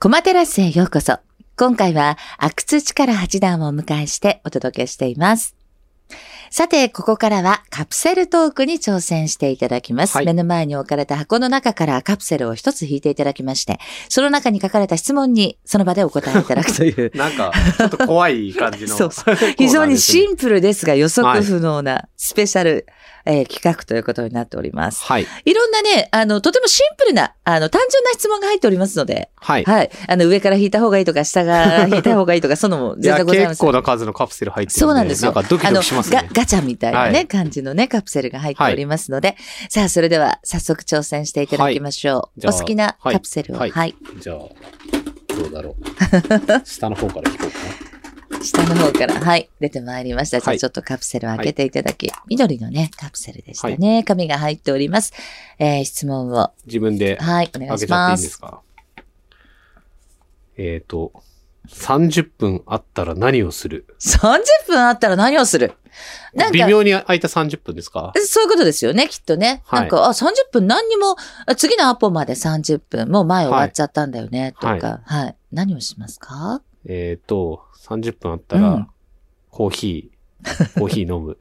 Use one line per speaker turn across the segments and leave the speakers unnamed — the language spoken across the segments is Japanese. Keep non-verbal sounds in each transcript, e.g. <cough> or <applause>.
コマテラスへようこそ。今回は、阿久津力八段をお迎えしてお届けしています。さて、ここからはカプセルトークに挑戦していただきます。
はい。
目の前に置かれた箱の中からカプセルを一つ引いていただきまして、その中に書かれた質問にその場でお答えいただく <laughs> という
<laughs> なんか、ちょっと怖い感じの。
<laughs> そう
コーナーですね
非常にシンプルですが予測不能なスペシャル、えー企画ということになっております。
はい。
いろんなね、あの、とてもシンプルな、あの、単純な質問が入っておりますので、
はい。
はい。あの、上から引いた方がいいとか、下から引いた方がいいとか、そのも
い
全
や、
然ございま
結
せん。
構な数のカプセル入ってるんで。
そうなんですよ。
なんかドキドキします
あ
ね
の。ガガチャみたいなね、
はい
感じのね、カプセルが入っておりますので、さあ、それでは早速挑戦していただきましょう。
はいじゃ
お
あ
好きな
はい
カプセルを、は、
はいいじゃあ、どうだろ
<laughs>
う。下の方からいこうか
下の方から、はい、出てまいりました。じゃ
は
あ、
い
ちょっとカプセルを開けていただき、緑のね、カプセルでしたね。紙が入っております。えー、質問を、
自分で開
はい、お願い
け
し
ちゃっ
ま。
ていいんですすか。えっと、30分あったら何をする
30分あったら何をするなんか
微妙に空いた30分ですか
そういうことですよね、きっとね。
はい
なんか、あ、30分何にも、あ次のアポまで30分、もう前終わっちゃったんだよね、
はい
とか、はい、何をしますか
えっと、30分あった
うん
ら、コーヒー、コーヒ
<laughs>
ー飲む。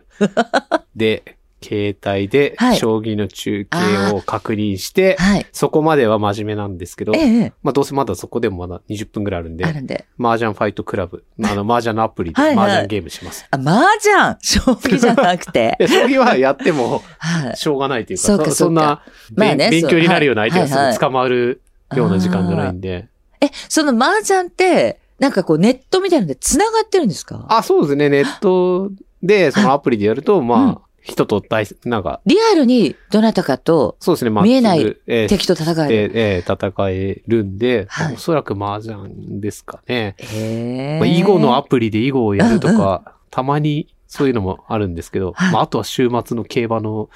で、携帯で
はい
将棋の中継を確認して、
はい。
そこまでは真面目なんですけど
え、え、え
まあどうせまだそこでもまだ20分ぐらいあるん
えある
で、
んで。
麻雀ファイトクラブ、
<laughs>
あの麻雀のアプリで
はいはい
麻雀ゲームします。。
あ、麻雀 <laughs> 将棋じゃなくて
<laughs> いや将棋はやっても
はい。
しょうがないというか、
<laughs> そうか
そ
そうか
そんな、
まあね
勉勉強になるような相手が
そうはいはい
すぐ捕まるような時間じゃないんで。
え、その麻雀って、なんかこうネットみたいなので繋がってるんですか
あ、そうですね。ネットで、そのアプリでやると、
うん
まあ、人と大、なんか、
リアルにどなたかと
そうですね、
見えない
マッチングえー
敵と戦える。
で、えー戦えるんで、
はい
おそらく麻雀ですかね。
へえ。
まあ、囲碁のア
プ
プリで囲碁をやるとか、たまにそういうのもあるんですけど、
はい
まあ、あとは週末の競
<laughs>
馬の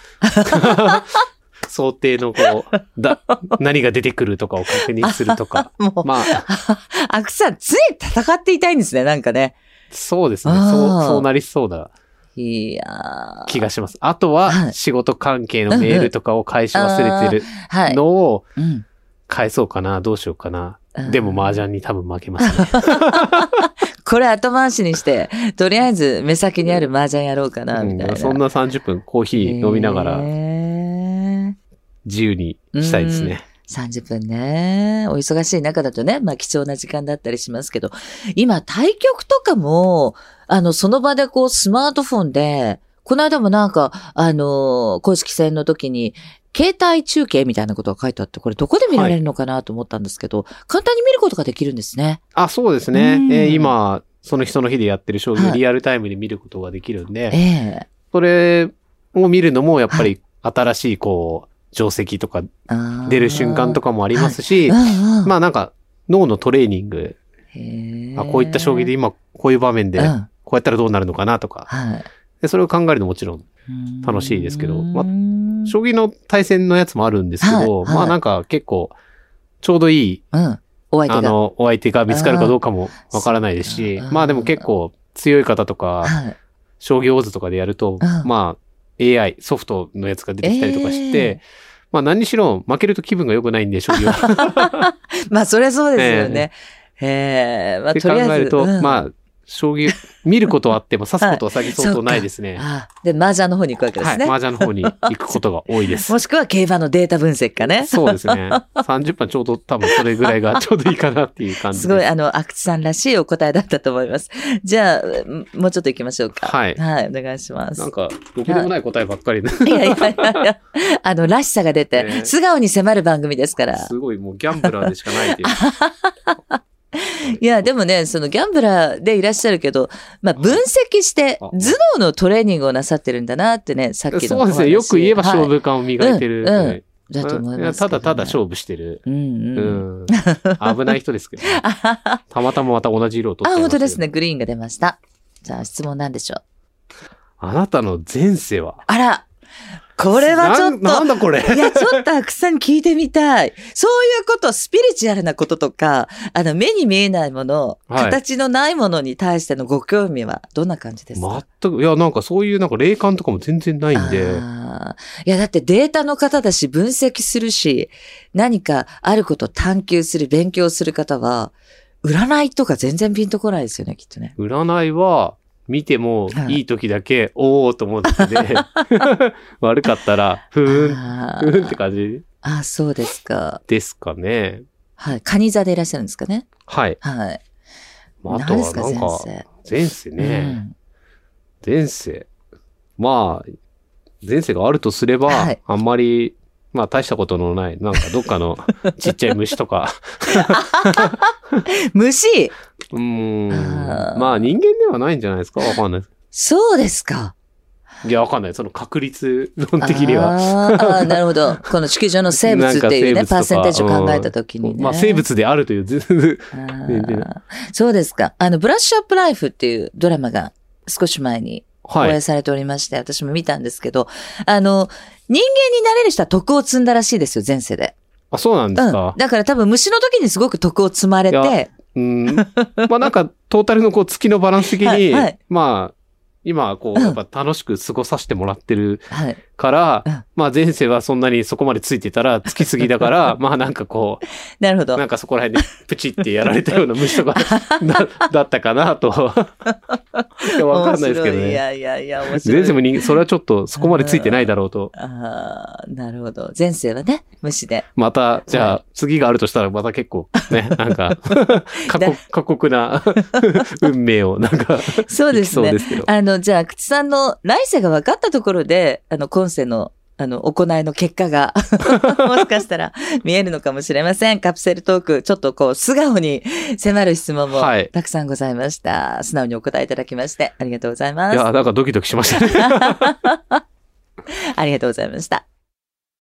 想定のこう、だ、何が出てくるとかを確認するとか。
もう、
まあ、
あくさん、常に戦っていたいんですね、なんかね。
そうですね。
あー
そう、そうなりそうない
やー
気がします。あと
は
は、
い
仕事関係のメールとかを返し忘れてる
はい。
のを
うん
返そうかな、どうしようかな。
うん
でも麻雀に多分負けますね。
これ後回しにして、とりあえず目先にある麻雀やろうかな、みたいな。
うんそんな30分コーヒー飲みながら
へー
自由にしたいですね。
30分ね。お忙しい中だとね、まあ貴重な時間だったりしますけど、今対局とかも、あの、その場でこうスマートフォンで、この間もなんか、あのー公式戦の時に、携帯中継みたいなことが書いてあって、これどこで見られるのかなと思ったんですけど、簡単に見ることができるんですね。
あ、そうですね。
うん
えー今、その日その日でやってる将棋
は
を
い
リアルタイムで見ることができるんで、
ええ
それを見るのもやっぱり新しいこう、定石とか出る瞬間と
か
かもありますし、
うんうん
まあなんか脳のトレーニング、
へえ
あこういった将棋で今こういう場面で
うん
こうやったらどうなるのかなとか、
はい
でそれを考えるのもちろん、楽しいですけどまあ
うん
将棋の対戦のやつもあるんですけど、
はいはい
まあなんか結構ちょうどいい
うん。お相
あ
手が。
の、お相手が見つかるかどうかもわからないで
あ
すし
ーそう、か
まあでも結構強い方とか、
はい。
将棋オーズとかでやると
あ、ー
まあ AI、ソフトのやつが出てきたりとかし
ええ
て、まあ何にしろ負けると気分が良くないん
<laughs>
で、将棋は。
まあ、そりゃそうですよね。ええまあ、
って
と
考
りあえ
え
ず。
ると、
あ、
まあ、将棋、見ることはあっても指すことは先相当ないですね。
あで、麻雀の方に行くわけで
は
す
い。
ね。
麻雀の方に行くことが多いです
も。しくは競馬のデータ分析かね。
そうですね。30分ちょうど多分それぐら
<laughs>
いがちょうどいいかなっていう感じです
すごい、あの、阿久津さんらしいお答えだったと思います。じゃあ、うんもうちょっと行きましょうか。
はい
はい、お願いします
なん。か、どこでもない答えばっかりで、
いやいやいやいや、あの、らしさが出て、
ね
素顔に迫る番組ですから。
すごいもうギャンブラーでしかないっていう。
いや、でもね、そのギャンブラーでいらっしゃるけど、まあ、分析して、頭
あ
脳のトレーニングをなさってるんだなってね、さっきのお話。
そうですね。よく言えば
はい
勝負感を磨いてる。
うんうん
はい
だと思い
い
ま
や
す、
ただただ
負。
勝負してる。
うん
う
<laughs> うん。
ん。危ない人ですけどね、たまたままた同じ色を取
あ、
って
本当ですね。。グリーンが出ました。じゃあ質問なんでしょう。
あなたの前世は
あら、これはちょっと
なん、なんだこれ。
いや、ちょっとアクさんに聞いてみたい。そういうこと、スピリチュアルなこととか、あの、目に見えないもの、
はい
形のないものに対してのご興味はどんな感じですか、
全く、いや、なんかそういうなんか霊感とかも全然ないんで、
あーいや、だってデータの方だし、分析するし、何かあることを探求する、勉強する方は、占いとか全然ピンとこないですよね、きっとね。
占いは見ても
はい
いい時だけ、おーと思ってて、
<laughs>
悪かったら、ふーん、
あ
ふーんって
ー
感じ
あー、そうですか。
ですかね。
はい。カニ座でいらっしゃるんですかね。
はい。
はい。
まあ、あと
何で
は
すか、
なん
先
か、
生。
前世
う
ね、
ん
前世。まあ、前世があるとすれば、
はい
あんまり、まあ大したことのない、なんかどっ
<laughs>
かのちっちゃい虫とか、
虫
うーん。
あー
まあ人間ではないんじゃないですかわかんない。
そうですか。
いや、わかんない。その確率論的には。
あーあー、なるほど。この地球上の生物っていう
な
ね、
んか生物とか
パーセンテージを考えたときにね。
まあ生物であるという、ず <laughs> ず
あー
全然
そうですか。あの、ブラッシュアップライフっていうドラマが少し前に放
はい
映。されておりまして、私も見たんですけど、あの、人間になれる人は徳を積んだらしいですよ、前世で。
あ、そうなん
うん。
ですか。
だから多分虫の時にすごく徳を積まれて、
い
は
やうん。まあなんか、トータルのこう、月のバランス的に、
はいはい
まあ、今、こ
う
う、
ん
やっぱ楽しく過ごさせてもらってる
い。
から、
うん
まあ前世はそんなにそこまでついてたら、つきすぎだから、まあなんかこ
なるほ
う、
ど
な。んかそこら辺でプチってやられたような虫とか <laughs> だだったかなと。いやわかんないですけ
面白いい
どね。
やいやいや、面白い。
前世も人間それはちょっとそこまでついてないだろうと。
ああ、なるほど。前世はね、虫で。
また、じゃあ、次があるとしたら、また結構、
<laughs>
ね、なんか、過酷過酷な <laughs> 運命を、なんか、
そう
生
で
き
す
そう
ね
で。すけど。
あの、じゃあ、口さんの来世が分かったところで、あの、今世の、あの、行いの結果が、 <laughs> もしかしたら見えるのかもしれません。カプセルトーク、ちょっとこう、素顔に迫る質問も
はい
たくさんございました。素直にお答えいただきまして、ありがとうございま
い
す。
や、なんかドキドキしましたね。
ありがとうございました。